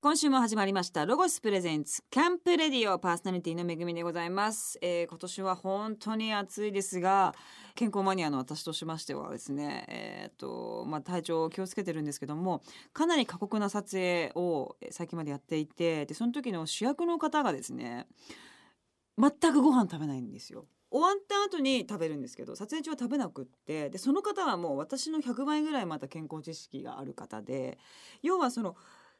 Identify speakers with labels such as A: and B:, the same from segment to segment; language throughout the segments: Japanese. A: 今週も始まりましたロゴスプレゼンツキャンプレディオパーソナリティの恵みでございます、えー今年は本当に暑いですが健康マニアの私としましてはですねえーっとまあ体調を気をつけてるんですけどもかなり過酷な撮影をえー最近までやっていてでその時の主役の方がですね全くご飯食べないんですよ終わった後に食べるんですけど撮影中は食べなくってでその方はもう私の100倍ぐらいまた健康知識がある方で要はその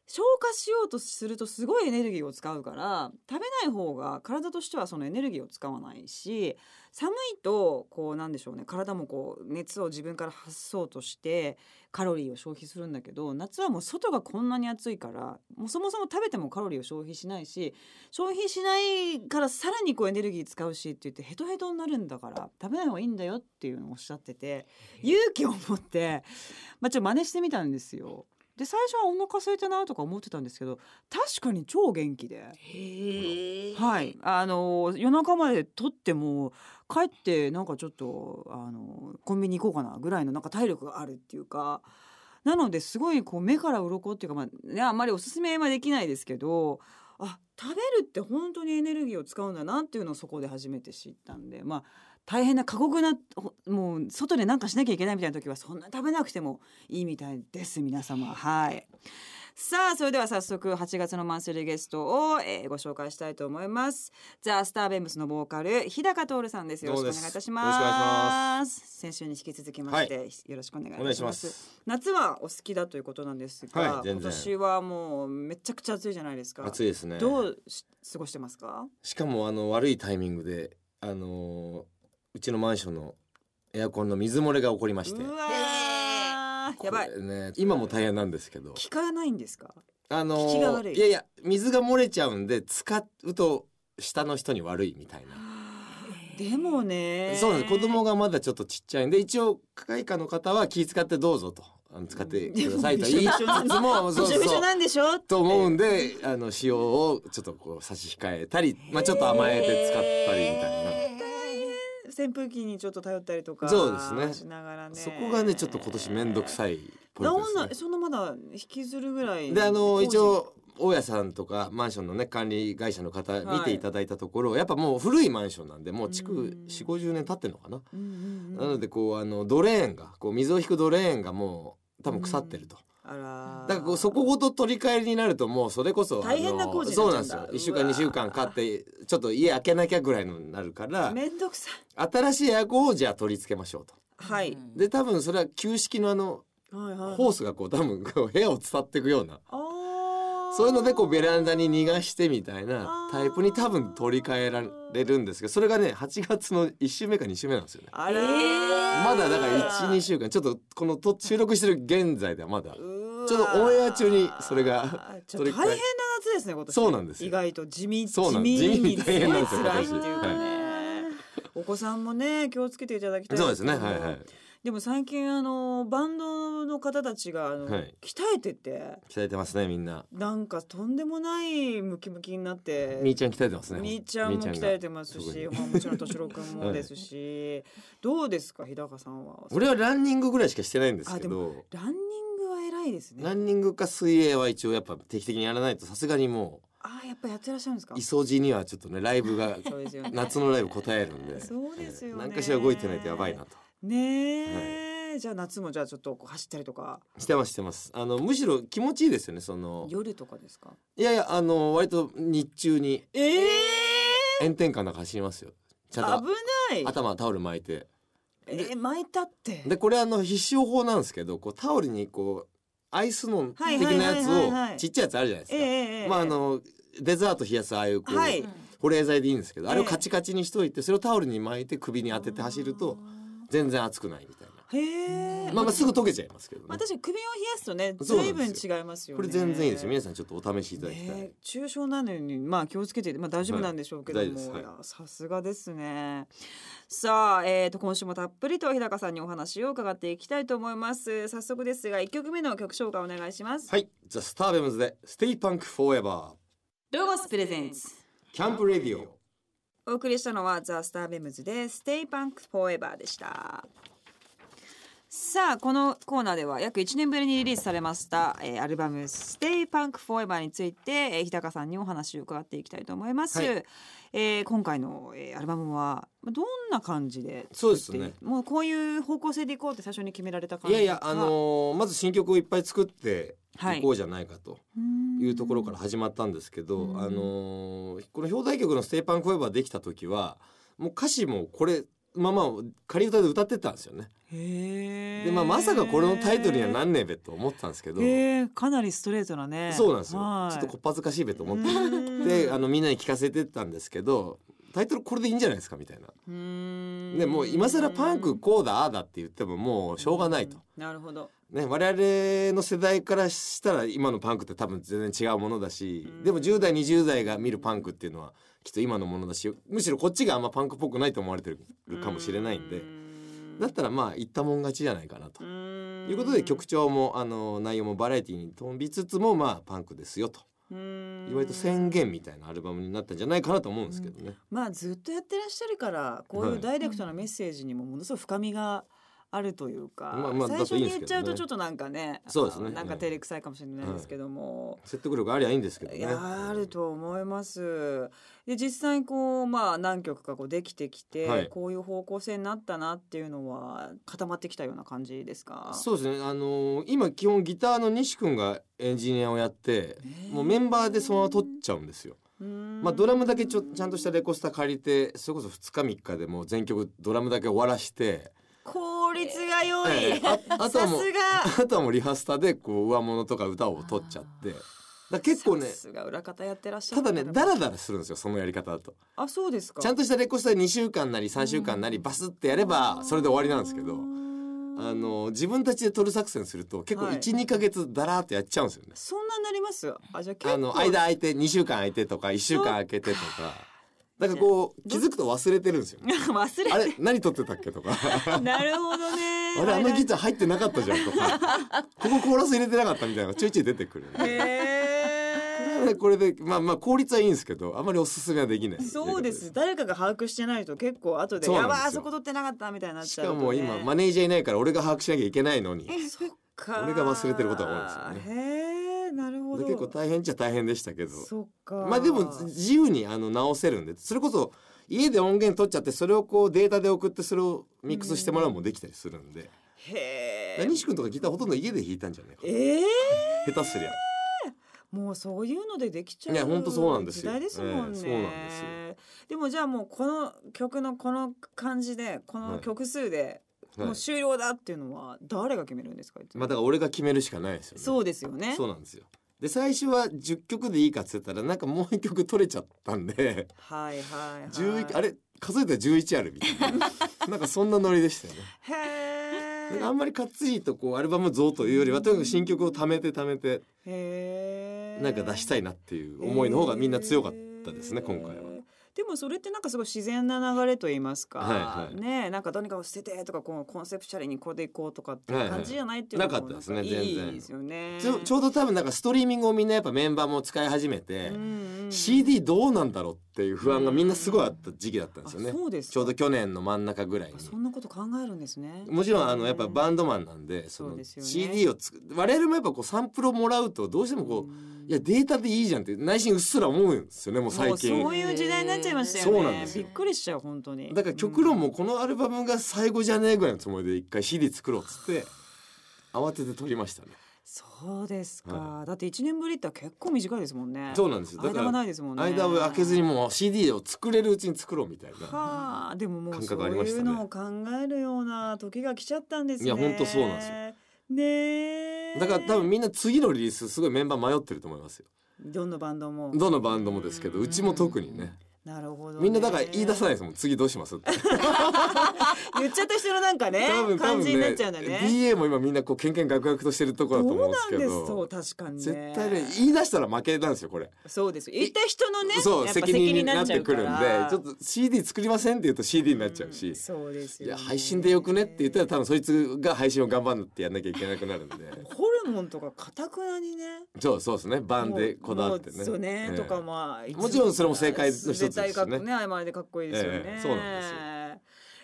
A: 消化しようとするとすごいエネルギーを使うから食べない方が体としてはそのエネルギーを使わないし寒いとこうなんでしょうね体もこう熱を自分から発そうとしてカロリーを消費するんだけど夏はもう外がこんなに暑いからもうそもそも食べてもカロリーを消費しないし消費しないからさらにこうエネルギー使うしって言ってヘトヘトになるんだから食べない方がいいんだよっていうのをおっしゃってて勇気を持って、まあ、ちょっと真似してみたんですよ。で最初はお腹空いたなとか思ってたんですけど確かに超元気で。
B: へえ。
A: はい、あの夜中まで撮っても帰ってなんかちょっとあのコンビニ行こうかなぐらいのなんか体力があるっていうかなのですごいこう目から鱗っていうか、まあね、あんまりおすすめはできないですけどあ食べるって本当にエネルギーを使うんだなっていうのをそこで初めて知ったんでまあ大変な過酷なほもう外でなんかしなきゃいけないみたいな時はそんな食べなくてもいいみたいです皆様はい。さあそれでは早速8月のマンスリーゲストを、えーご紹介したいと思いますザ・スターベンブスのボーカル日高徹さんですよろしくお願いいたします
C: どうもですよろしくお願
A: 先週に引き続きまして、よろしくお願いい
C: お願
A: た
C: い
A: し
C: し
A: ま
C: ますす。
A: 夏はお好きだということなんですが、
C: はい全然
A: 今年はもうめちゃくちゃ暑いじゃないですか
C: 暑いですね。
A: どうし過ごしてますか
C: しかもあの悪いタイミングであのーうちのマンションのエアコンの水漏れが起こりまして、
A: うわーやばい
C: これね今も大変なんですけど、
A: 効かないんですか
C: あのー
A: 効きが悪い
C: いやいや水が漏れちゃうんで使うと下の人に悪いみたいな。
A: でもね
C: そうなんです子供がまだちょっとちっちゃいんで一応開花の方は気遣ってどうぞとあの使ってくださいと言い つつも
A: び
C: そう
A: しょびし
C: そ
A: ょ
C: う
A: なんでしょ
C: と思うんであの使用をちょっとこう差し控えたり、まあ、ちょっと甘えて使ったりみたいな。
A: 扇風機にちょっと頼ったりとか
C: そうですね
A: しながらね
C: そこがねちょっと今年面倒く
A: い
C: さいポイン
A: ど
C: トで
A: ん
C: すね
A: な。そんなまだ引きずるぐらい
C: であの
A: 工事
C: 一応大家さんとかマンションのね管理会社の方
A: はい
C: 見ていただいたところ、やっぱもう古いマンションなんでもう築
A: うん
C: 4 5 0年経ってんのかな、
A: うんうんうん
C: なのでこうあのドレーンがこう水を引くドレーンがもう多分腐ってると、
A: あらー
C: だからこうそこごと取り替えになるともうそれこそ
A: 大変な
C: あの
A: 工事になっちゃ
C: そううん
A: だ
C: なんですよ1週
A: う
C: 間
A: わ
C: 2週間買ってちょっと家開けなきゃぐらいのになるから
A: めんどくさい
C: 新しいエアコンをじゃあ取り付けましょうと。
A: はい、
C: で多分それは旧式のあの
A: はいはい
C: ホースがこう多分こう部屋を伝っていくような
A: あー
C: そういうのでこうベランダに逃がしてみたいな
A: あー
C: タイプに多分取り替えられるんですけどそれがね8月の1週目か2週目なんですよね
A: あらー、
C: まだだから12週間ちょっとこのと収録してる現在ではまだ
A: ょ
C: ちょっとオンエア中にそれが
A: ちょっ
C: 取
A: と
C: り
A: 大
C: 替
A: 変な
C: え
A: 夏ですね今年
C: そうなんですよ
A: 意外と地味
C: そう
A: 地
C: なん
A: 味
C: 地味
A: に
C: に大変なんですよ
A: ごい辛いっていうかね
C: 今
A: お子さんもね気をつけていただきたい
C: そうですねはい
A: けど
C: はい
A: でも最近あのバンドの方たちがあの、
C: はい
A: 鍛えてて
C: 鍛えてますねみんな
A: なんかとんでもないムキムキになって
C: みーちゃん鍛えてますね
A: みーちゃんも鍛え
C: て
A: てます
C: みーち
A: し
C: ゃん
A: まあもちろん敏郎君もですし、どうですか日高さんは
C: 俺はランニングぐらいしかしてないんですけど
A: ランニングは偉いですね
C: ランニングか水泳は一応やっぱ定期的にやらないとさすがにも
A: ああやっぱやってらっしゃるんですか
C: う磯路にはちょっとねライブが
A: そうですよね
C: 夏のライブ答えるんで
A: そうですよね
C: 何かしら動いてないとやばいなと
A: ねえ、じゃあ夏もじゃあちょっとこう走ったりとか
C: してますしてますあのむしろ気持ちいいですよねその
A: 夜とかですか
C: いやいやあの割と日中に
A: ええ
C: 炎天下の中走りますよちゃんと
A: 危ない
C: 頭タオル巻いて
A: えー巻いたって
C: でこれあの必勝法なんですけどこうタオルにこうアイスの的
A: はい
C: な
A: はいはいはい
C: やつ
A: はい
C: をちっちゃいやつあるじゃないです
A: え
C: か、
A: えええ
C: まああのデザート冷やすああいうこう、
A: はい
C: 保冷剤でいいんですけどあれを
A: ええ
C: カチカチにしといてそれをタオルに巻いて首に当てて走ると全然熱くないみたいな
A: へえ
C: まあまあすぐ溶けちゃいますけどね、
A: まあ確かに首を冷やすとね
C: そうな
A: 随
C: ん
A: 分
C: です
A: 違いますよね
C: これ全然いいですよ皆さんちょっとお試しいただきたい、
A: ねえ中傷なのにまあ気をつけてまあ大丈夫なんでしょうけど
C: はい大丈
A: も、
C: 夫ですはい
A: いやさすがですねさあ、えー、と今週もたっぷりと日高さんにお話を伺っていきたいと思います早速ですが一曲目の曲紹介お願いします、
C: はいじゃあスターベムズで「ステイパンクフォーエバ
A: ロゴスプレゼンツ
C: ーキャンプレディオ
A: お送りしたのはザ・スターベムズでステイパンクフォーエバーでしたさあこのコーナーでは約1年ぶりにリリースされました、えーアルバム「Stay Punk Forever」について、えー日高さんにお話を伺っていきたいと思います、
C: はい
A: えー今回の、えーアルバムはまあどんな感じで
C: そうで
A: 作
C: す
A: って
C: ね
A: もうこういう方向性でいこうって最初に決められた感
C: い
A: じ
C: やいやあのーまず新曲をいっぱい作って
A: はい
C: いこうじゃないかというところから始まったんですけど、
A: うん
C: あのーこの表題曲の「ステイパンクフォーエバー」できた時はもう歌詞もこれまあまあ仮歌で歌ってたんですよね。
A: で
C: でまあ、まさかこれのタイトルにはなんねえべと思ってたんですけど、
A: へーかなりストレートなね
C: そうなんですよ、
A: はい
C: ちょっとこっぱずかしいべと思って
A: うん
C: であのみんなに聞かせてたんですけどタイトルこれでいいんじゃないですかみたいな。
A: うん
C: でもう今更パンクこうだああだって言ってももうしょうがないと。
A: うんなるほど
C: ね、我々の世代からしたら今のパンクって多分全然違うものだし、
A: うん
C: でも10代20代が見るパンクっていうのはきっと今のものだしむしろこっちがあんまパンクっぽくないと思われてるかもしれないんで、だったらまあ言ったもん勝ちじゃないかなと、
A: と
C: いうことで曲調もあの内容もバラエティに飛びつつもまあパンクですよと
A: 意
C: 意外と宣言みたいなアルバムになったんじゃないかなと思うんですけどね。
A: まあずっとやってらっしゃるからこうい
C: は
A: う
C: い
A: ダイレクトなメッセージにもものすごい深みがあるというか、
C: まあまあ
A: 最
C: だ
A: 初
C: といい
A: に
C: んです
A: 言っ
C: け
A: ち
C: どね
A: ゃうとちょっとなんかね
C: そうですね
A: あのなんか
C: はい
A: 照れくさいかもしれないですけども、
C: 説得力ありゃいいんですけど
A: い
C: ね。
A: やあると思います。で実際こうまあ何曲かこうできてきて、
C: はい
A: こういう方向性になったなっていうのは固まってきたような感じですか。
C: そうですね、あのー今基本ギターの西君がエンジニアをやって
A: へー
C: もうメンバーでそのまま撮っちゃうんですよ、
A: うーん。
C: まあ、ドラムだけちょちゃんとしたレコスタ借りてそれこそ2日3日でもう全曲ドラムだけ終わらして、
A: 効率が良い。
C: ええああとは
A: さ
C: もう
A: すが。
C: あとはもうリハスタでこう上物とか歌を撮っちゃってだから結構
A: さ
C: ね
A: すが裏方やってらっしゃ
C: た
A: る
C: だねダラダラするんですよそのやり方だと
A: あそうですか
C: ちゃんとしたレコスタで2週間なり3週間なりバスってやればそれで終わりなんですけどあのー自分たちで撮る作戦すると結構
A: はい
C: 12、ヶ月ダラーっとやっちゃうんですよね
A: そんなになりますあじゃあ結構
C: あの間空いて2週間空いてとか1週間空けてとかだからこう気づくと忘れてるんですよね
A: 忘れ
C: あれ何撮ってたっけとか あ
A: なるほどね
C: れあのギ
A: タ
C: ター入ってなかったじゃんとかここコーラス入れてなかったみたいなのがちょいちょい出てくるんで
A: へ
C: これでまあまあ効率はいいんですけどあまりおすすめはできない
A: ーそうです
C: といこ
A: 誰かが把握してないと結構後で
C: そうな
A: や
C: んです
A: ば
C: よ
A: いあそこ取ってなかったみたいにな
C: と
A: っ
C: でし
A: ちゃう
C: か
A: と、ね、
C: も今マネージャーいないから俺が把握しなきゃいけないのに
A: えそっか
C: 俺が忘れてることが多いんです
A: よねへえなるほど
C: 結構大変っちゃ大変でしたけど
A: そっか
C: まあでも自由にあの直せるんでそれこそ家で音源取っちゃってそれをこうデータで送ってそれをミックスしてもらうのもできたりするんで、
A: へえ
C: 西君とかギターほとんど家で弾いたんじゃないかな
A: えー、
C: 下手すりゃ
A: もうそういうのでできちゃう
C: いやほんとそうなんですよ
A: 時代ですもんね、
C: ええそうなんですよ
A: でもじゃあもうこの曲のこの感じでこの曲数で
C: は
A: もう
C: い
A: 終了だっていうのは誰が決めるんですか、いつも
C: まあだから俺が決めるしかないですよね
A: そううですよね
C: そうなんですよで最初は10曲でいいかっつってたらなんかもう一曲取れちゃったんで
A: はいはいはい
C: 11あれ数えたら11あるみたいななんかそんなノリでしたよね
A: へ
C: なんかあ
A: ー
C: んまりかっつりとこうアルバム増というよりはとにかく新曲を貯めて貯めて
A: へー
C: なんか出したいなっていう思いの方がみんな強かったですね、
A: へー
C: 今回は。
A: でもそれってなんかすごい自然な流れと言いますか、
C: はいはい
A: ねえなんかどにかを捨ててとかこうコンセプチャリにこれでいこうとかっていう感じじゃないっていうのも
C: はいはいなかったですね
A: なんかいい
C: 全然
A: ですよね
C: ちょちょうど多分なんかストリーミングをみんなやっぱメンバーも使い始めて、
A: うんうん
C: CD どうなんだろうっていう不安がみんなすごいあった時期だったんですよ
A: あ
C: ね。
A: そうですか
C: ちょうど去年の真ん中ぐらいに。
A: そんなこと考えるんですね
C: もちろんあのやっぱバンドマンなんでそ
A: そう
C: の
A: ですよね
C: CD をつく我々もやっぱこうサンプルをもらうとどうしてもこういやデータでいいじゃんって内心うっすら思うんですよねもう最近
A: もうそういう時代になっちゃいましたよね
C: そうなんですよ
A: びっくりしちゃう本当に
C: だから極論もこのアルバムが最後じゃねえぐらいのつもりで一回 CD 作ろうっつって慌てて撮りましたね
A: そうですか、
C: は
A: だって一年ぶりって結構短いですもんね
C: そうなんですよだか
A: 間
C: ら
A: がないですもんね
C: 間を空けずにもう CD を作れるうちに作ろうみたいな
A: はあでももう
C: 感
A: そ
C: 覚
A: う
C: ありま
A: い
C: した
A: う
C: ね
A: のを考えるような時が来ちゃったんですね
C: いやほんとそうなんですよ
A: ねえ
C: だから多分みんな次のリリースすごいメンバー迷ってると思いますよ
A: どのバンドも
C: どのバンドもですけど
A: うん
C: うちも特にね
A: なるほどね、
C: みんなだから言い出さない
A: い
C: ですもん次どうしますって
A: 言っちゃった人のなんかね
C: 多分多
A: 感
C: 分
A: じになっちゃうんだね
C: DA も今みんなこうケンケンガクガクとしてるところだと思
A: どうん
C: うです
A: なん
C: け
A: です
C: ど
A: そう確かにね
C: 絶対ね言い出したら負けなんですよこれ
A: そうです言った人のね
C: そう
A: やっぱ
C: 責任になっ
A: ちゃ
C: て
A: う
C: く
A: か
C: るんで
A: ら
C: ちょっと CD 作りませんって言うと CD になっちゃう
A: う
C: し
A: んそうです
C: い
A: よね、
C: や配信でよくねって言ったら多分そいつが配信を頑張ってやんなきゃいけなくなるんで
A: ホルモンとかかたくなにね
C: そうそうですね版でこだわって
A: も
C: ね
A: うそうね、
C: ええ
A: とかまあ
C: もちろんそれも正解の一つですしね
A: 絶対かっこね曖昧でかっこいいですよね、
C: ええそうなんですよ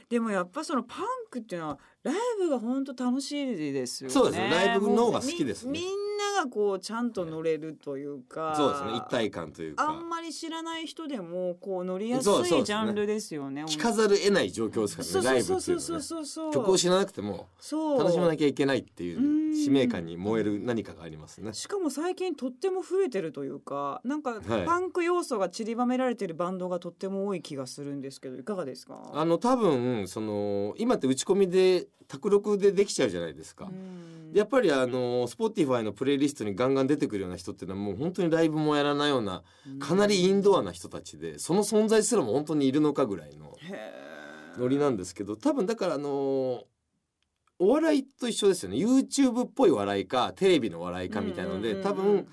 A: でもやっぱそのパンクっていうのはライブが本当楽しいですよね。
C: そうですねライブの方が好きですね
A: みみんながこうちゃんと乗れるというか。
C: そうですね一体感という
A: あ
C: か
A: んまり知らない人でもこう乗りやす
C: そうそうです
A: い
C: ね
A: ジャンルですよね。
C: 聞かざる得ない状況です
A: そう
C: からねライブ
A: そ
C: っ
A: う
C: てい
A: そうう
C: の
A: そうそうそ
C: はね
A: う。
C: 曲を知らなくても
A: そう
C: 楽しまなきゃいけないっていううん使命感に燃える何かがありますね
A: しかも最近とっても増えてるというかなんか
C: はい
A: パンク要素が散りばめられてるバンドがとっても多い気がするんですけどいかがですか
C: あの多分その今って打ち込みで卓録でできちゃうじゃないですか、
A: うん
C: でやっぱりあの Spotify のプレイリストにガンガン出てくるような人っていうのはもう本当にライブもやらないようなかなりインドアな人たちでその存在すらも本当にいるのかぐらいの
A: へー
C: ノリなんですけど多分だからあのお笑いと一緒ですよね YouTube っぽい笑いかテレビの笑いかみたいなの
A: う
C: で、
A: んうんうんうん
C: 多分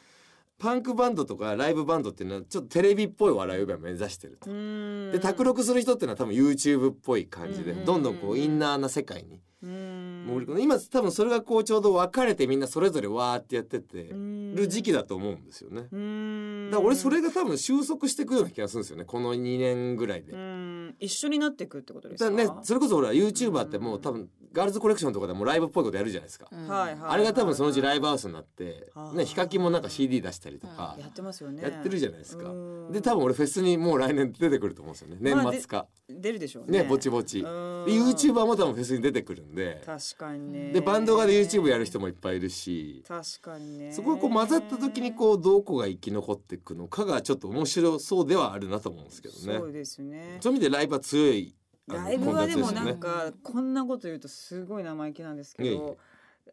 C: パンクバンドとかライブバンドっていうのはちょっとテレビっぽい笑いを目指してると。
A: うん
C: で卓録する人っていうのは多分 YouTube っぽい感じ
A: う
C: で
A: んうんうん
C: どんどんこうインナーな世界に
A: うん
C: 潜り込んで今多分それがこうちょうど分かれてみんなそれぞれわーってやっててる時期だと思うんですよね。
A: うん
C: だから俺それが多分収束していくような気がするんですよねこの2年ぐらいで。
A: うん一緒になっていくってことです
C: だ
A: か
C: ね、それこそほら YouTuber って
A: う
C: もうん多分ガールズコレクションとかでもライブっぽいことやるじゃないですか、
A: んはいはい
C: あれが多分そのうちライブハウスになって、
A: はい
C: ね、ヒカキンもなんか CD 出したりとか
A: やってますよね
C: やってるじゃないですか、
A: うん
C: で多分俺フェスにもう来年出てくると思うんですよね
A: まあ
C: 年末か、
A: 出るでしょう
C: ね
A: ね
C: ぼちぼち、
A: う
C: で
A: ん
C: YouTuber も多分フェスに出てくるんで
A: 確かにね
C: でバンド側で YouTube やる人もいっぱいいるし、
A: 確かにね
C: そこがこう混ざった時にこうどこが生き残っていくのかがちょっと面白そうではあるなと思うんですけどね
A: そうですね
C: そういう意味でライブは強いあの
A: ライブはでも
C: コンテ
A: な
C: ンツすよ
A: ん
C: ね
A: かこんなこと言うとすごい生意気なんですけ
C: いえい
A: ど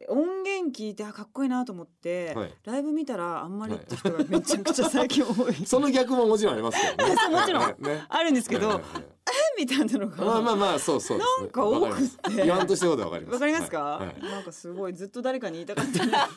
A: 音源聞いてあかっこいいなと思って
C: はい
A: ライブ見たらあんまりって人がめちゃくちゃ最近多い
C: その逆ももちろんありますけどね
A: そうもちろん
C: ね
A: あるんですけ
C: はい
A: ど
C: はいはい
A: みたいなのが
C: まあまあまあそうそうです
A: な
C: ね
A: んか多くて
C: わかります言わんとしてることはわかります
A: わかりますか、
C: はいはい
A: なんかすごいずっと誰かに言いたか った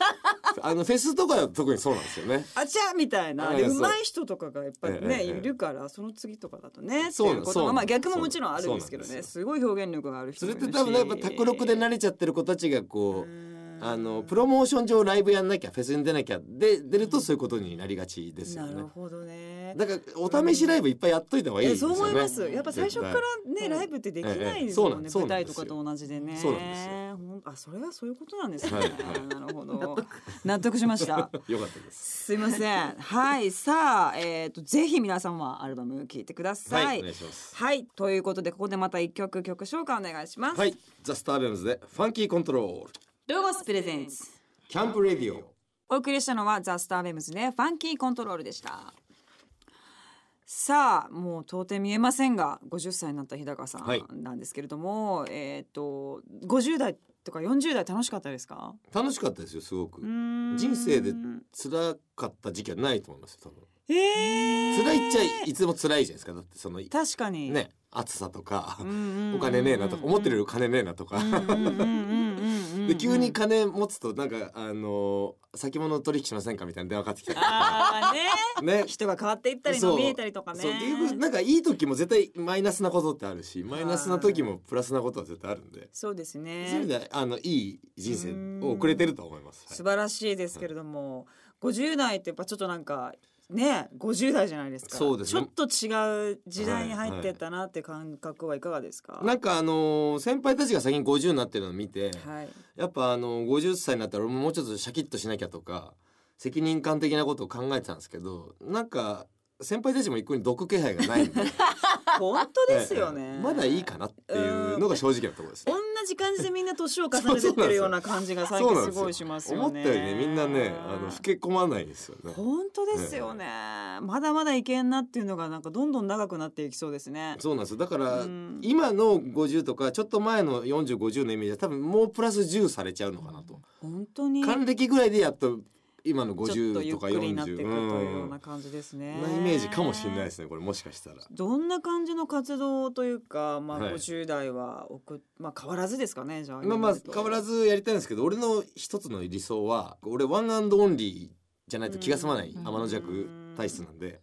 C: あのフェスとかは特にそうなんですよね
A: あちゃみたいな、
C: はい
A: で
C: そう
A: 上手い人とかがやっぱりね、
C: ええええ
A: いるからその次とかだとね
C: そう
A: っていこと
C: そう
A: がまあ逆ももちろんあるんですけど
C: そうなん
A: ね
C: です
A: すごい表現力がある人
C: そ
A: も
C: れ
A: い
C: っ
A: る
C: て
A: し
C: 多分ねやっぱ卓録で慣れちゃってる子たちがこう
A: うん
C: あのプロモーション上ライブやんなきゃフェスに出なきゃで出るとそういうことになりがちですよ
A: な
C: ね
A: るほどね
C: だからお試しライブいっぱいやっといた方がいい
A: え
C: です
A: そ
C: よ
A: う
C: ね
A: 思いますやっぱ最初から
C: 絶
A: ね
B: 対
A: ライブってできないです
C: ええええそうな
A: も
C: ん
A: ん
C: で
A: ね
C: す
A: 舞台とかと同じでね
C: そうなんですよ
A: ほんあそれはそういうことなんですね、
C: はいは
A: なるほど納得しました
C: 対よかったです
A: すいませんはいさあえっ、とぜひ皆さんはアルバム聴いてください、
C: はいお願いします
A: はいということでここでまた一曲曲紹介お願いします、
C: はいザ・スターベムズでファンキーコントロール
A: ロゴスプレゼンツ
C: キャンプレディオ
A: お送りしたのはザ・スターベムズでファンキーコントロールでしたさあもう到底見えませんが50歳になった日高さ
C: はい
A: んなんですけれども、えっ、と50代とか40代楽しかったですか
C: 楽しかったですよすごく人
A: 人
C: 生で辛かった時期はないと思いますよ多分
A: えー、
C: 辛いっちゃいつでも辛いじゃないですかだってその
A: 確かに、
C: ね暑さとか
A: うんうんうんうん、
C: お金ねえなとか思ってるより金ねえなとか
A: うんうんうんうんうんうん
C: で急に金持つとなんかあの先物取引しませんかみたいな電話かかってきたりとか
A: ああね
C: ね
A: 人が変わっていったり
C: そう
A: 伸びえたりとかね
C: そう結局なんかいい時も絶対マイナスなことってあるしマイナスな時もプラスなことは絶対あるんで
A: そうです
C: そう
A: ね
C: いう意味であのいい人生を送れてると思います
A: 素
C: はい
A: 晴らしいですけれども、50代ってやっぱちょっとなんかね50代じゃないですか
C: そうです
A: ちょ
C: ね
A: っと違う時代に入ってったなって感覚はいかがですか、
C: なんかあの先輩たちが最近50になってるのを見て
A: はい、
C: やっぱあの50歳になったら俺ももうちょっとシャキッとしなきゃとか責任感的なことを考えてたんですけどなんか先輩たちも一向に毒気配がないんで
A: 本当 ですよね、
C: え えまだいいかなっていうのが正直なところです
A: 同じ感じでみんな年を重ねてってるような感じが最
C: そう
A: 近
C: なん
A: す
C: ですよ
A: ごいしますよね
C: 思ったよりねみんなねあの老け込まないんですよね
A: 本当ですよね、まだまだいけんなっていうのがなんかどんどん長くなっていきそうですね
C: そうなんですよだから
A: うん
C: 今の50とかちょっと前の4050のイメージは多分もうプラス10されちゃうのかなと
A: 本当にちょ
C: 還暦ぐらいでやっと今の
A: っと
C: 50
A: ゆっ
C: とか
A: くりになっていくというよ
C: 40
A: う
C: うん
A: な感じですね、
C: なイメージかもしれないですねこれもしかしたら
A: どんな感じの活動というか、まあ、
C: はい
A: 50代は送っ、まあ、変わらずですかねじゃあ
C: まあまあ変わら
A: ず
C: ずやりたいんですけど俺の一つの理想は俺ワンアンドオンリーじゃないと気が済まない
B: うん
C: 天の弱体質なんで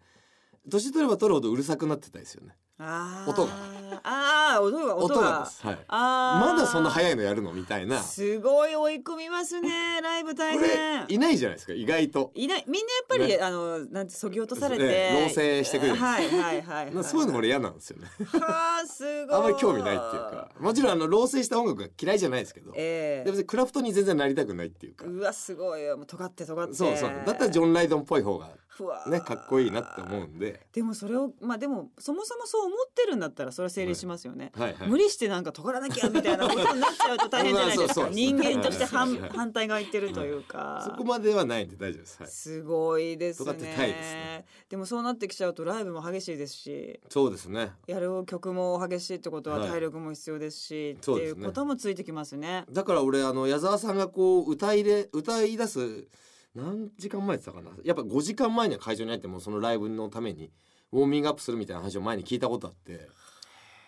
C: 年取れば取るほどうるさくなってたですよね
A: あー
C: 音が
A: あー音が音
C: 音なん
A: が
C: です、はい、
A: あー
C: まだそんな早いのやるのみたいなこ
A: すごい追い込みます ねライブ大変
C: れいないじゃないですか意外と
A: いないみんなやっぱり、
C: ね
A: あのなんてそぎ落とされて、
C: ね老成してくるんです
A: はいはいはい、は、
C: ないそういうの俺嫌なんですよね
A: はあすごい
C: あんまり興味ないっていうかもちろんあの老成した音楽が嫌いじゃないですけどで
A: ええ
C: 別にクラフトに全然なりたくないっていうか
A: うわすごいよもう尖って尖って
C: そうそうだったらジョン・ライドンっぽい方が
A: ふわ
C: ねかっこいいなって思うんで
A: でもそれをまあでもそもそもそう思ってるんだったらそれは成立しますよね、
C: はいはい
A: 無理してなんか尖らなきゃみたいなことになっちゃうと大変じゃないです
C: まあそう
A: か
C: そう
A: 人間として反
C: はいはい
A: 反対側言ってるというか、
C: そこまではないんで大丈夫です、はい、
A: すごいですね
C: 尖ってたいですね
A: でもそうなってきちゃうとライブも激しいですし
C: そうですね
A: やる曲も激しいってことは
C: はい
A: 体力も必要ですし、って
C: そう
A: い
C: です
A: う
C: ね
A: こともついてきますね
C: だから俺あの矢沢さんがこう歌いで歌い出す何時間前って言ってたかなやっぱ5時間前には会場に入ってもうそのライブのためにウォーミングアップするみたいな話を前に聞いたことあって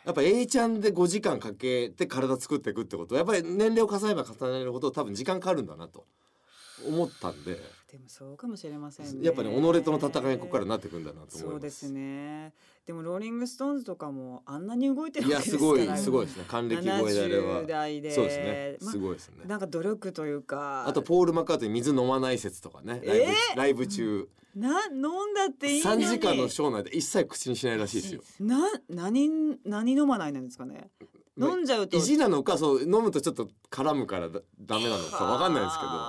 C: やっぱ A ちゃんで5時間かけて体作っていくってことはやっぱり年齢を重ねれば重ねるほど多分時間かかるんだなと思ったんで
A: でもそうかもしれませんね
C: やっぱね己との戦いここからなってくんだなと思います
A: そうですねでもローリングストーンズとかもあんなに動いてる
C: い
A: わ
C: や
A: けです
C: す
A: か
C: ご
A: ら
C: いすごいですね還暦超えであれは
A: 70代で
C: そうです
A: ま
C: ね
A: あ
C: すごいですね、
A: なんか努力というか
C: あとポール・マッカートに水飲まない説とかねライブ,、
A: えー
C: ライブ中
A: な飲んだっていいの
C: 3
A: に
C: 時間のショー内で一切口にしないらしいですよ。
A: な何何飲まないなんですかね
C: まあ
A: 飲んじゃうと
C: 意地なのかそう飲むとちょっと絡むからだダメなのかわかんないですけどだか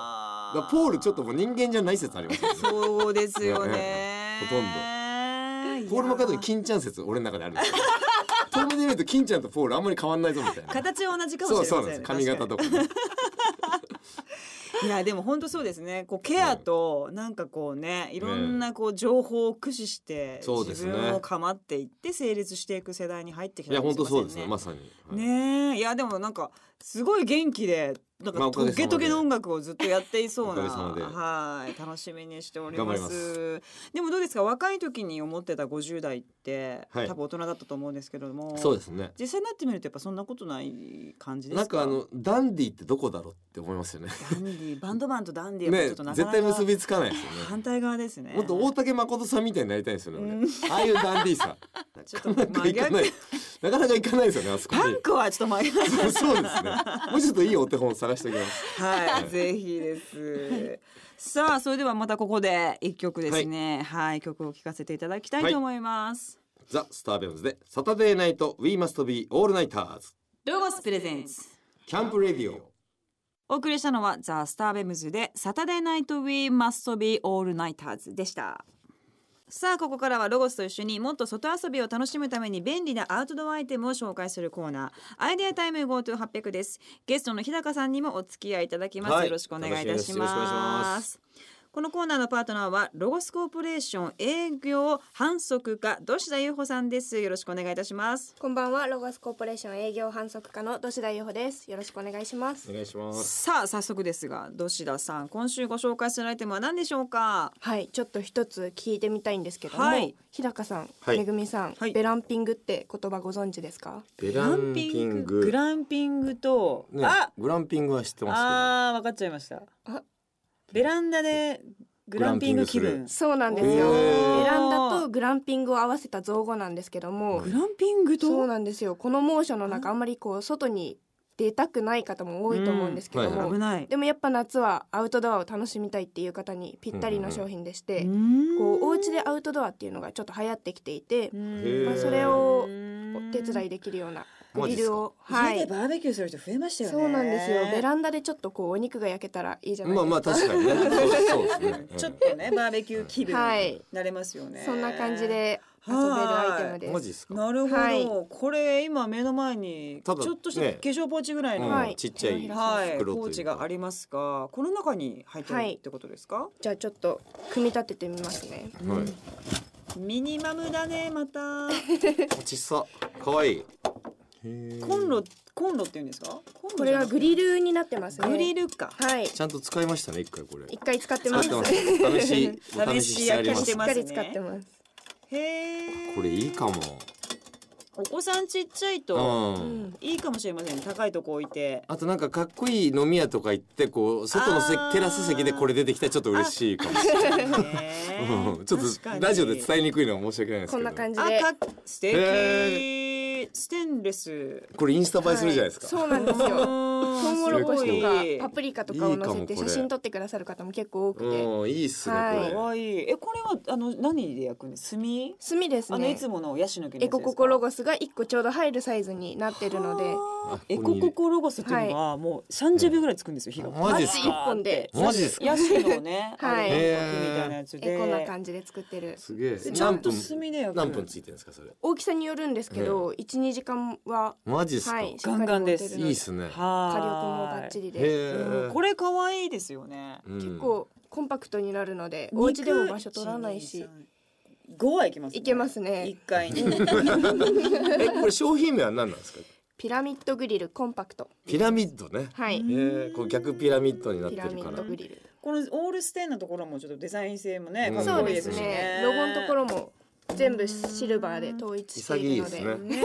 A: あ
C: らポールちょっともう人間じゃない説あり ますよね。
A: そうですよね
C: ほとん
A: ん
C: ポール・マッカートに金ちゃん説俺の中であるん ですよ。遠目で見ると金ちゃんとポールあんまり変わんないぞみたいな。
A: 形は同じかもしれ
C: そ
A: ま
C: う
A: せん
C: そ
A: ね
C: うなんです髪型とかね、
A: いやでも本当そうですねこうケアとなんかこうねいろんなこう情報を駆使して
C: そうです
A: 自
C: ね
A: 分を構っていって成立していく世代に入ってき
C: い
A: た
C: や
A: かも
C: 本
A: しれ
C: 当
A: ません
C: そうですねまさに。はい
A: ねえいやでもなんかすごい元気でなん
C: まあ
A: か
C: おか
A: ト
C: げさまで
A: ゲトゲの音楽をずっとやっていそうな
C: おかげさまで
A: はい楽しみにしておりま
C: 頑張
A: す
C: りま
A: でもどうですか若い時に思ってた50代って、
C: はい
A: 多分大人だったと思うんですけれども
C: そうですね。
A: 実際になってみるとやっぱそんなことない感じで
C: な
A: す
C: ん
A: か
C: かあのダンディってどこだろうって思いますよね。
A: ダンディバンドマンとダンディはち
C: ね
A: ょっとなか
C: 絶
A: な
C: 対
A: か
C: 結びつかないですよね。
A: 反対側ですね
C: もっと大竹誠さんみたいになりたいんですよね、
A: うん
C: 俺。ああいうダンディーさ。
A: ちょっと
C: なかなか
A: 真
C: いかない
A: 逆。
C: なかなかいかないですよね、あそこ
A: パ
C: に
A: ン。クはちょっと真逆
C: そうですね。もうちょっといいお手本を探しておきます。
A: はい、 ぜひです。さあ、それではまたここで一曲ですね。はい、曲を聴かせていただきたいと思います。
C: ザ・スターベオンズで、サタデーナイト、ウィーマストビー、オールナイターズ、
A: ロゴスプレゼンツ。
C: キャンプレディオ。
A: お送りしたのはザ・スターベムズでサタデーナイト・ウィー・マスト・ビー・オール・ナイターズでしたさあここからはロゴスと一緒にもっと外遊びを楽しむために便利なアウトドアアイテムを紹介するコーナーアイデアタイム GoTo800 ですゲストの日高さんにもお付き合いいただきます、
C: はい
A: よろしくお願いいたし
C: よろしくお願いし
A: ま
C: ます
A: このコーナーのパートナーはロゴスコーポレーション営業販促課土田裕穂さんですよろしくお願いいたします
B: こんばんは、ロゴスコーポレーション営業販促課の土師田由穂です。よろしくお願いします
C: お。願いしま。
A: さあ早速ですが土田さん今週ご紹介するアイテムは何でしょうか
B: はい、ちょっと一つ聞いてみたいんですけども、
A: はい
B: 日高さん、
C: はい
B: めぐみさん、
A: はい
B: ベランピングって言葉ご存知ですか？
C: グ
A: グ
C: ランピング。
A: グランピングと、
C: ね
A: あ、
C: グランピングは知ってます
A: あー分かっちゃいました
B: あ
A: ベランダでグランピング気分
B: そうなんですよ。
C: おー
B: ベランダとグランピングを合わせけど造語なんですけども
A: グ、ランピングと
B: そうなんですよ。この猛暑の中あんまりこう外に出たくない方も多いと思うんですけど
C: うんは
B: も、
C: いは
A: 危ない
B: でもやっぱ夏はアウトドアを楽しみたいっていう方にぴったりの商品でして、こうお家でアウトドアっていうのがちょっと流行ってきていて、
C: へー
B: まあ、それをお手伝い
A: い
B: できるような
C: マ
B: グ
C: ジっ
B: リ
C: すか
B: ルを
A: は
B: はいい
A: 家でバーベキューする人増えましたよね
B: そうなんですよベ
A: ン
B: ランダでちょっとこうお肉が焼けたらいいじゃ
C: け
B: な
C: ど。
B: いで
C: ますあ
B: か、
C: まあ確かにね。そうそうですね。
A: ちょっとねバーベキュー気分
B: は
A: に
B: い
A: なれますよね、
B: そんな感じで遊べるアイテム
C: う
B: で
C: ん
B: す
C: マジですか。
A: なるほど、
B: はい
A: これ今目の前にち
C: ただ
A: ょっとした化
C: ね
A: 粧ポーチぐらいの、
C: うん
B: はい
C: ちっちゃい
A: はい、
C: 袋
A: ポ
C: と
A: ー
C: い
A: チ
C: うか
A: がありますが、この中に入ってる
B: はい
A: ってことですか？
B: じゃあちょっと組み立ててみますね
C: はい。
A: ミニマムだね、また。
C: 落ちさ。可愛い。へー
A: コンロ、コンロって言うんですか？コンロ
B: これはグ
A: リ
B: リルになってますね
A: グリルか。
B: はい
C: ちゃんと使いましたね一回これ。
B: 一回使って
C: 使
B: ま
C: っ
B: す
C: てま
B: し
C: す。お試しお
A: 試
C: 試し
A: し
C: してあ
A: 焼
C: り
A: き
C: ま
A: し
C: す
A: て。
B: っ
A: ま
B: か
A: す
B: り使って
A: ね。
B: ます
A: へえ。
C: これいいかも。
A: こお子さんちっちゃいと
C: う
B: うんん
A: いいかもしれませんね高いとこ置い て
C: あとなんかかっこいい飲み屋とか行ってこう外のせ
A: あー
C: テラス席でこれ出てきたらちょっと嬉しいかもしれ
A: ね
C: ないうんちょっ
A: 確か
C: と
A: に
C: ラジオで伝えにくいのは申し訳ないです
B: こ
C: けど
B: んな感じで
A: あか素敵、
C: へ
A: ステンレス
C: これインスタ映えするじゃないですか、
B: そうなんです
A: ト
B: よト
A: ウ
B: ウモロコシとか
A: い
B: パプリカとかを乗せ
C: いいかも
B: て
C: これ
B: 写真撮ってくださる方も結構多くて
C: うん、いいっすね、
B: はい
C: こ
A: わいいえこれはあの何で焼くんです炭、
B: 炭です
A: あのい
B: ね
A: つものヤシの木の
B: エ
A: やつ
B: コ
A: ですか
B: ココロゴスが1個ちょうど入るサイズになってるので
A: はあ
C: あ
A: エコココロゴスっていうのはもう30秒ぐらいつくんですよ火が
C: マジっすか
B: 一本で
C: マジっすか
A: ヤシの ね
B: はい
A: あれみたいなやつで
B: エコな感じで作ってる
C: れすげえ
A: でちゃ
C: 何
A: んと
C: 分
A: 炭で焼く
C: 何分ついてるんですかそれ
B: 大きさによるんですけど12時間は
C: マジっすか、、
B: はいいしっかり
A: ガンガンです
B: 持てるの
C: いっすねへ
A: は
B: 火
A: い
B: 力もバッチリで
C: え、
A: うんこれ可愛いですよね
C: うん
B: 結構コンパクトになるのでお家でも場所取らないし
A: 5はいけます
B: いけますね
A: 一回に
C: えこれ商品名は何なんですか
B: ピラミッドグリルコンパクト
C: ピラミッドね
B: はい
C: えー、こう逆ピラミッドになって
B: ピ
C: る
B: ラミ
C: か
B: ッ
C: ら
B: ドグリル
A: このオールステンのところもちょっとデザイン性もね
C: うん
A: かっ
B: そう
A: こいいで
B: で
A: すすし
B: ね
A: ね
B: ロゴのところも全部シルバーで統一しているので
C: 潔いですね
A: ね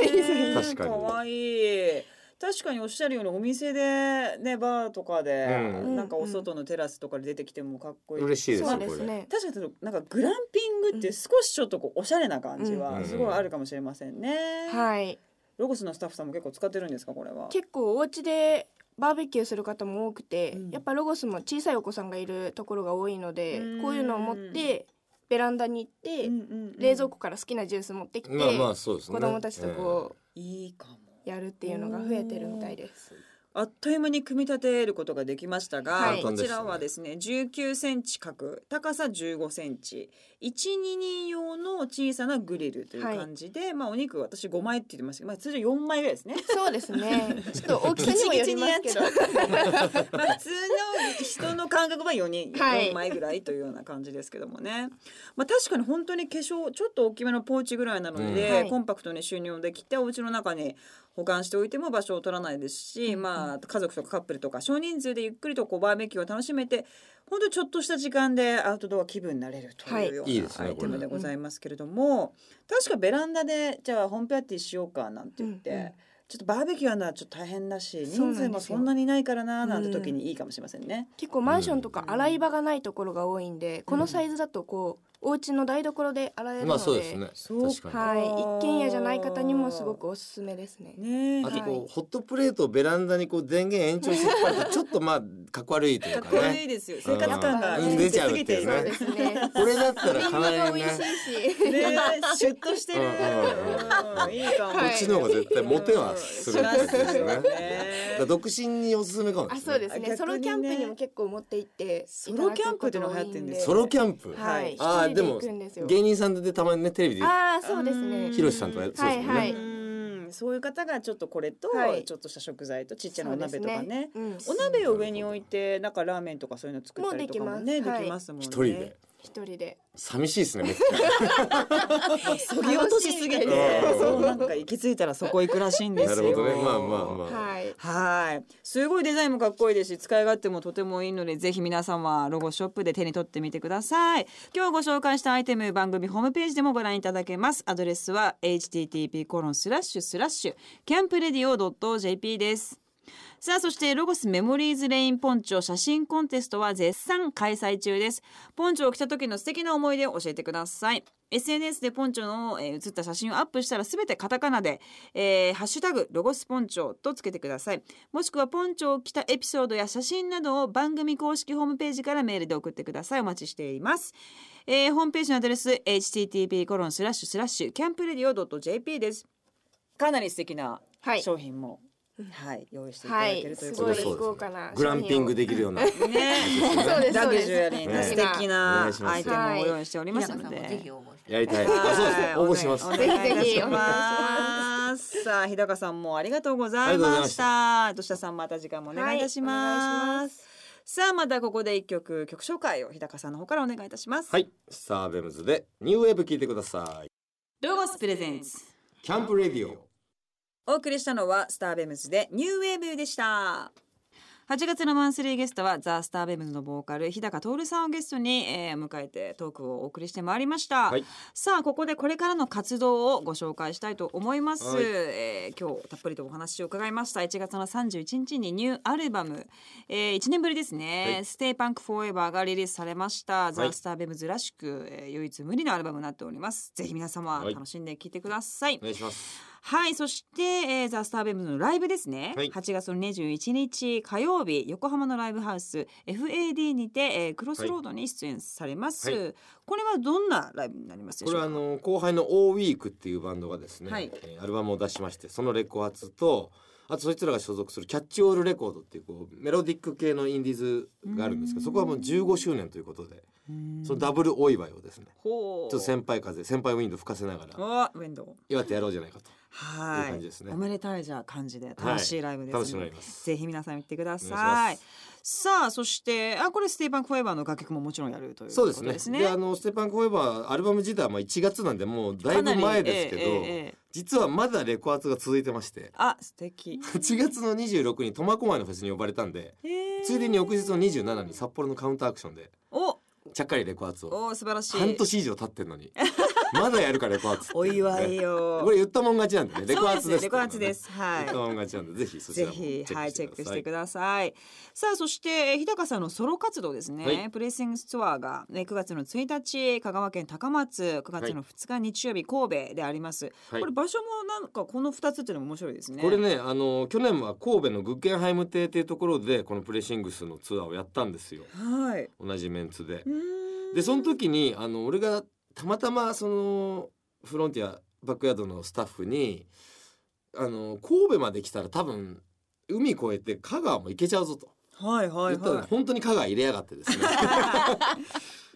A: え
C: 確かに
A: 可愛い確かにおっしゃるようにお店でねバーとかで、
C: うん
A: なんかお外のテラスとかで出てきてもかっこいい
C: 嬉しいです
B: そう
C: よ
B: です
C: これ
B: ね
A: 確かにそのなんかグランピングって少しちょっとこうおしゃれな感じ
C: う
A: は
C: ん
A: すごいあるかもしれませんね、
B: はい
A: ロゴスのスタッフさんも結構使ってるんですかこれは
B: 結構お家でバーベキューする方も多くて、
A: うん
B: やっぱロゴスも小さいお子さんがいるところが多いので
A: うん
B: こういうのを持ってベランダに行って、
A: うんうんうん
B: 冷蔵庫から好きなジュース持ってきて、
C: まあまあそうですね
B: 子供たちとこ
A: いいかも
B: うやるっていうのが増えてるみたいです。
A: あっという間に組み立てることができましたが、
B: はい
A: こちらはですね19センチ角高さ15センチ12人用の小さなグリルという感じで、まあお肉私5枚って言ってましたけど、まあ、通常4枚ぐらいですね。
B: そうですね。ちょっと大きさにもよりますけど、
A: ギチギチにやっちゃう まあ普通の人の感覚は4人、
B: はい
A: 4枚ぐらいというような感じですけどもね、まあ、確かに本当に化粧ちょっと大きめのポーチぐらいなので、
B: うんはい
A: コンパクトに収入できてお家の中に保管しておいても場所を取らないですし、まあ、家族とかカップルとか少人数でゆっくりとこうバーベキューを楽しめて本当にちょっとした時間でアウトドア気分になれると
B: はい
A: いうよ
C: いうい
A: な
C: ですね
A: アイテム
C: こ
A: で
C: れ
A: ございますけれども、確かベランダでじゃあホームパーティーしようかなんて言って。
B: うんうん
A: ちょっとバーベキューはなちょっと大変だし
B: そうなん
A: 人
B: です
A: 数
B: よ
A: もそんなにいないからななんて時にいいかもしれませんね。
B: 結構マンションとか洗い場がないところが多いんで、このサイズだとこうお家の台所で洗えるので、
C: まあそうですね
A: そう
C: 確か
B: はい、
A: あー
B: 一軒家じゃない方にもすごくおすすめですね。
A: ねえ
C: にあとこう、
B: はい
C: ホットプレートをベランダにこう電源延長して引っ張るとちょっとまあかっこ悪いという
A: か
C: か
A: っこいい
C: ね
A: ですよ生活感が
B: うん
C: 出ちゃう
A: 過
C: っていうね
A: ぎてい
B: そう
A: る
B: で。すね。
C: これだったらかなり
B: 美
C: ね
B: 味しいし。
A: ねえシュッとしてる。
C: うんうん
A: うんいいかも。
B: こ
C: っちの方が絶対モテはする
A: うんしま
C: です
A: す
C: よね
A: よね
C: だから独身におすすめかも
B: あ、
C: です
B: そうで
C: ね
A: 逆
B: す
A: にね
B: ね。ソロキャンプにも結構持って行って。
A: ソロキャンプってのが流行ってんです
C: ソロキャンプ、
A: ャンプ
B: はい。
C: あー
B: 一人で行くんですよ。
C: 芸人さんでたまにねテレビで
B: ああ、そうですね。
C: ヒロシさんとかやってそうですもんね
B: はいはい
A: うんそういう方がちょっとこれと、
B: はい
A: ちょっとした食材とちっちゃなお鍋とかね
B: そうですね
A: お鍋を上に置いてなんかラーメンとかそういうの作ったりとかもね
B: もうできます
A: できますもんね
C: 一人で
B: うん一人で。
C: 寂しいですねめっちゃ
A: そぎ落としすぎて
C: うん
A: そうなんか行き着いたらそこ行くらしいんで
C: な
A: す
C: る
A: よ
C: ほどねまあまあまあ、
B: はい。
A: はいすごいデザインもかっこいいですし使い勝手もとてもいいのでぜひ皆さんはロゴショップで手に取ってみてください今日ご紹介したアイテム番組ホームページでもご覧いただけますアドレスは http コロンスラッシュスラッシュキャンプレディオ .jp ですさあそしてロゴスメモリーズレインポンチョ写真コンテストは絶賛開催中ですポンチョを着た時の素敵な思い出を教えてください SNS でポンチョの、えー写った写真をアップしたらすべてカタカナで、えーハッシュタグロゴスポンチョとつけてくださいもしくはポンチョを着たエピソードや写真などを番組公式ホームページからメールで送ってくださいお待ちしています、えーホームページのアドレス http コロンスラッシュスラッシュキャンプレディオ .jp ですかなり素敵な
B: はい
A: 商品も、はい、用意していただ
B: は
A: ける
B: い。
A: とい
B: す
A: うこと
B: ご
A: で
B: い豪華な。
C: グランピング。できるような
A: ね、
B: そうです
A: ラ
B: そう
A: グ
B: で
A: ジ
B: す
A: ュアリーな素敵な
C: ねお
A: アイ
C: 願いし
A: テ
C: ます
A: ムをご用意しておりま
D: 皆
A: す
D: さん
A: の
D: も
A: で、
D: ぜひ応募して
C: やりたいあそうですね応募します
A: はいお願いいたし
B: ぜひぜひお願いし
A: ます。さあ、日高さんもありがとうござい
C: ありがとうござい
A: ま
C: ま
A: し。
C: した
A: 土下さんまた次回もお願いいたし
B: はいお願
A: ま。
B: いします
A: さあ、またここで一曲曲紹介を日高さんの方からお願いいたします。
C: はいスターベムズでニューウェーブ聞いてください
A: ロゴスプレゼンツ。
C: キャンプレディオ
A: お送りしたのはスターベムズでニューウェーブでした。 8月のマンスリーゲストはザ・スターベムズのボーカル日高徹さんをゲストに、えー迎えてトークをお送りしてまいりました、
C: はい
A: さあここでこれからの活動をご紹介したいと思います、
C: はい
A: えー今日たっぷりとお話を伺いました1月の31日にニューアルバム、えー、1年ぶりですね「
C: はい
A: StayPunkForever」がリリースされました、ザ・
C: はい
A: スターベムズらしく、えー唯一無二のアルバムになっておりますぜひ皆様
C: はい
A: 楽しんで聴いてください
C: お願いします
A: はい、そして、えー、ザ・スターベムズのライブですね、
C: はい
A: 8月の21日火曜日横浜のライブハウス FAD にて、えークロスロードに出演されます、
C: は
A: これはどんなライブになりますで
C: こ
A: しょう
C: れは
A: か
C: あの後輩の O ウィークっていうバンドがですね、
A: はい
C: えーアルバムを出しましてそのレコ発とあとそいつらが所属するキャッチオールレコードっていうこうメロディック系のインディーズがあるんですけどそこはもう15周年ということでそのダブルお祝いをですね
A: ほう
C: ちょっと先輩風先輩ウィンドウ吹かせながら
A: おウェンドウ
C: 祝ってやろうじゃないかと
A: はい
C: いい感じですね
A: おめでたいじゃあ感じで楽しいライブです、ね
C: 楽しみになります
A: ぜひ皆さん行ってくだ
C: お願
A: さ
C: い
A: い
C: しま
A: さあそしてあこれステイパンクフォーエバーの楽曲ももちろんやるというこ
C: そう
A: と
C: で
A: ですす
C: ね
A: ね
C: であのステパン・コエバーアルバム自体はまあ1月なんでもうだいぶ前ですけど、
A: かなりええええええ
C: 実はまだレコ発が続いてまして
A: あ素敵
C: 8月の26日に苫小牧のフェスに呼ばれたんでついでに翌日の27に札幌のカウンターアクションで
A: お
C: ちゃっかりレコ発を
A: お素晴らしい
C: 半年以上経ってんのにまだやるかレコ発って
A: お祝いよ
C: これ言ったもん勝ちなんでねレコ発
A: そうで
C: ですす
A: レコ発です
C: 言
A: は
C: ったもん勝ちなんでぜひ
A: い
C: そち
A: ぜ
C: らも
A: ひはいチェックしてく
C: だ
A: ださいさあそしてえー日高さんのソロ活動ですね、
C: はい
A: プレイシングスツアーがね9月の1日香川県高松9月の2日日曜日神戸であります、
C: はい
A: これ場所もなんかこの2つっていうのも面白いですね
C: これねあの去年は神戸のグッケンハイム亭っていうところでこのプレシングスのツアーをやったんですよ
A: はい
C: 同じメンツで
A: う。ーん
C: でその時にあの俺がたまたまそのフロンティアバックヤードのスタッフにあの神戸まで来たら多分海越えて香川も行けちゃうぞと
A: はいはい
C: 言ったら、
A: はい
C: 本当に香川入れやがってですね。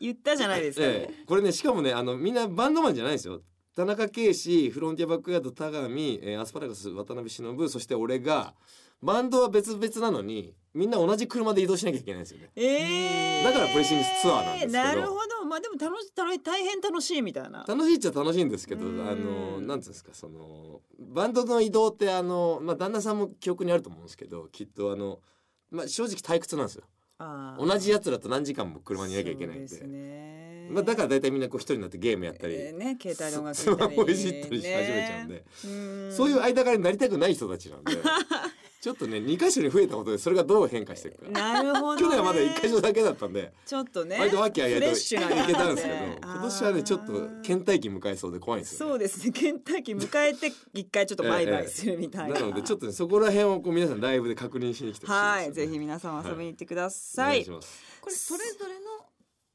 A: 言ったじゃないですか、
C: ええ、これねしかもねあのみんなバンドマンじゃないですよ田中圭司フロンティアバックヤード田上、えーアスパラガス渡辺忍そして俺がバンドは別々なのにみんな同じ車で移動しなきゃいけないんですよね
A: えー
C: だからプレシングスツアーなんですけど
A: なるほどまあでも楽し楽し大変楽しいみたいな
C: 楽しいっちゃ楽しいんですけどあ
A: うん
C: のなんていうんですかそのバンドの移動ってあの、まあ、旦那さんも記憶にあると思うんですけどきっとあの、まあ、正直退屈なんですよ
A: 同
C: 同じやつらと何時間も車にいなきゃいけないんで
A: そうですね
C: まあ、だから大体みんなこう一人になってゲームやったり、
A: えーね携帯の音楽
C: スマホいじったたりし始めちゃうんで、
A: うん
C: そういう間柄になりたくない人た ちなんでちょっとね2箇所に増えたことでそれがどう変化していく
A: な
C: か
A: るほど、ね、
C: 去年はまだ1箇所だけだったんで
A: ちょっとね
C: 割とワキあいあ
A: フ
C: いと
A: レ
C: い
A: ッシュな感じ
C: けたんですけど今年はねちょっと
A: あ
C: 倦怠期迎えそうで怖いん
A: ー
C: です
A: そ
C: よ、
A: う
C: ね。
A: ですね倦怠期迎えて一回ちょっとバイバイするみた
C: ない
A: な、
C: のでちょっとねそこら辺をこう皆さんライブで確認しに来てほしいですよね、
A: はいぜひ皆さん遊びに行ってくだ
C: お
A: さ
C: 願
A: い、
C: いします
D: これそれぞれの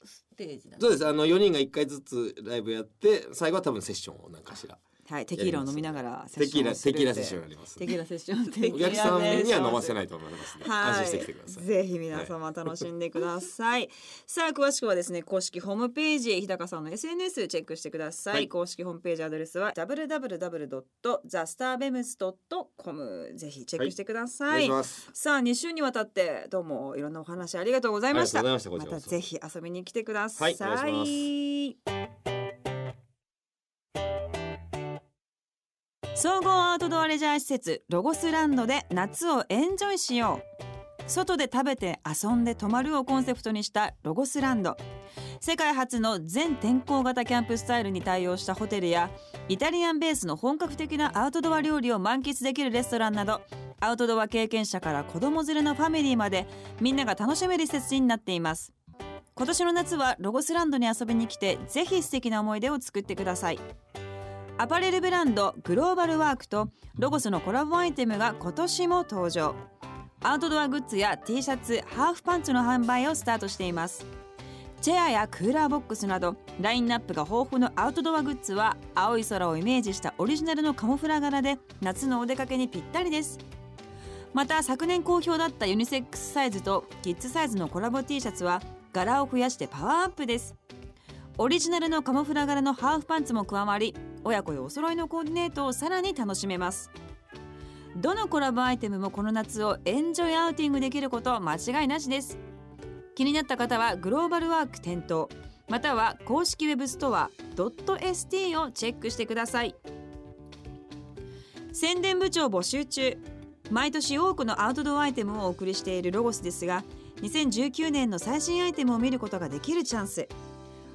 D: ステージだ
C: そうですあの4人が1回ずつライブやって最後は多分セッションを何かしら
A: はい、テキーラを飲みながらセッ
C: テ
A: シ
C: キ
A: ョ
C: ー
A: ン
C: ラ
A: をするって
C: テキーラセッションやります
A: テキーラセッションテキーラ
C: お客さんには飲ませ
A: い
C: ないと思いますね
A: はい
C: 安心してきてください
A: ぜひ皆様楽しんでください、さあ詳しくはですね公式ホームページ日高さんの SNS チェックしてください、
C: はい
A: 公式ホームページアドレスは www.thestarbems.com ぜひチェックしてくだ
C: お
A: さ
C: 願い
A: い、
C: します
A: さあ2週にわたってどうもいろんなお話ありがとうございました
C: ありがとうございましたこちらこそ
A: たぜひ遊びに来てくださ
C: はいお願
A: い総合アウトドアレジャー施設ロゴスランドで夏をエンジョイしよう外で食べて遊んで泊まるをコンセプトにしたロゴスランド世界初の全天候型キャンプスタイルに対応したホテルやイタリアンベースの本格的なアウトドア料理を満喫できるレストランなどアウトドア経験者から子供連れのファミリーまでみんなが楽しめる施設になっています今年の夏はロゴスランドに遊びに来てぜひ素敵な思い出を作ってくださいアパレルブランドグローバルワークとロゴスのコラボアイテムが今年も登場アウトドアグッズや T シャツハーフパンツの販売をスタートしていますチェアやクーラーボックスなどラインナップが豊富のアウトドアグッズは青い空をイメージしたオリジナルのカモフラ柄で夏のお出かけにぴったりですまた昨年好評だったユニセックスサイズとキッズサイズのコラボ T シャツは柄を増やしてパワーアップですオリジナルのカモフラ柄のハーフパンツも加わり親子でお揃いのコーディネートをさらに楽しめますどのコラボアイテムもこの夏をエンジョイアウティングできること間違いなしです気になった方はグローバルワーク店頭または公式ウェブストア .st をチェックしてください宣伝部長募集中毎年多くのアウトドアアイテムをお送りしているロゴスですが2019年の最新アイテムを見ることができるチャンス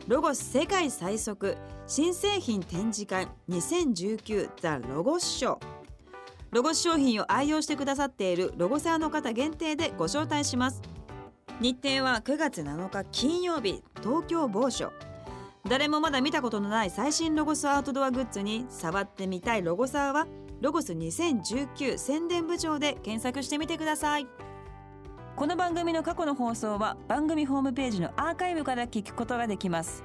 A: ロゴス世界最速新製品展示会2019ザ・ロゴスショーロゴス商品を愛用してくださっているロゴサーの方限定でご招待します日程は9月7日金曜日東京某所誰もまだ見たことのない最新ロゴスアウトドアグッズに触ってみたいロゴサーはロゴス2019宣伝部長で検索してみてくださいこの番組の過去の放送は番組ホームページのアーカイブから聞くことができます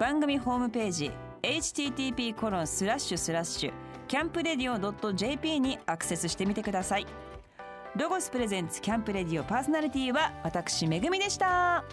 A: 番組ホームページ http コロンスラッシュスラッシュキャンプレディオ .jp にアクセスしてみてくださいロゴスプレゼンツキャンプレディオパーソナリティは私めぐみでした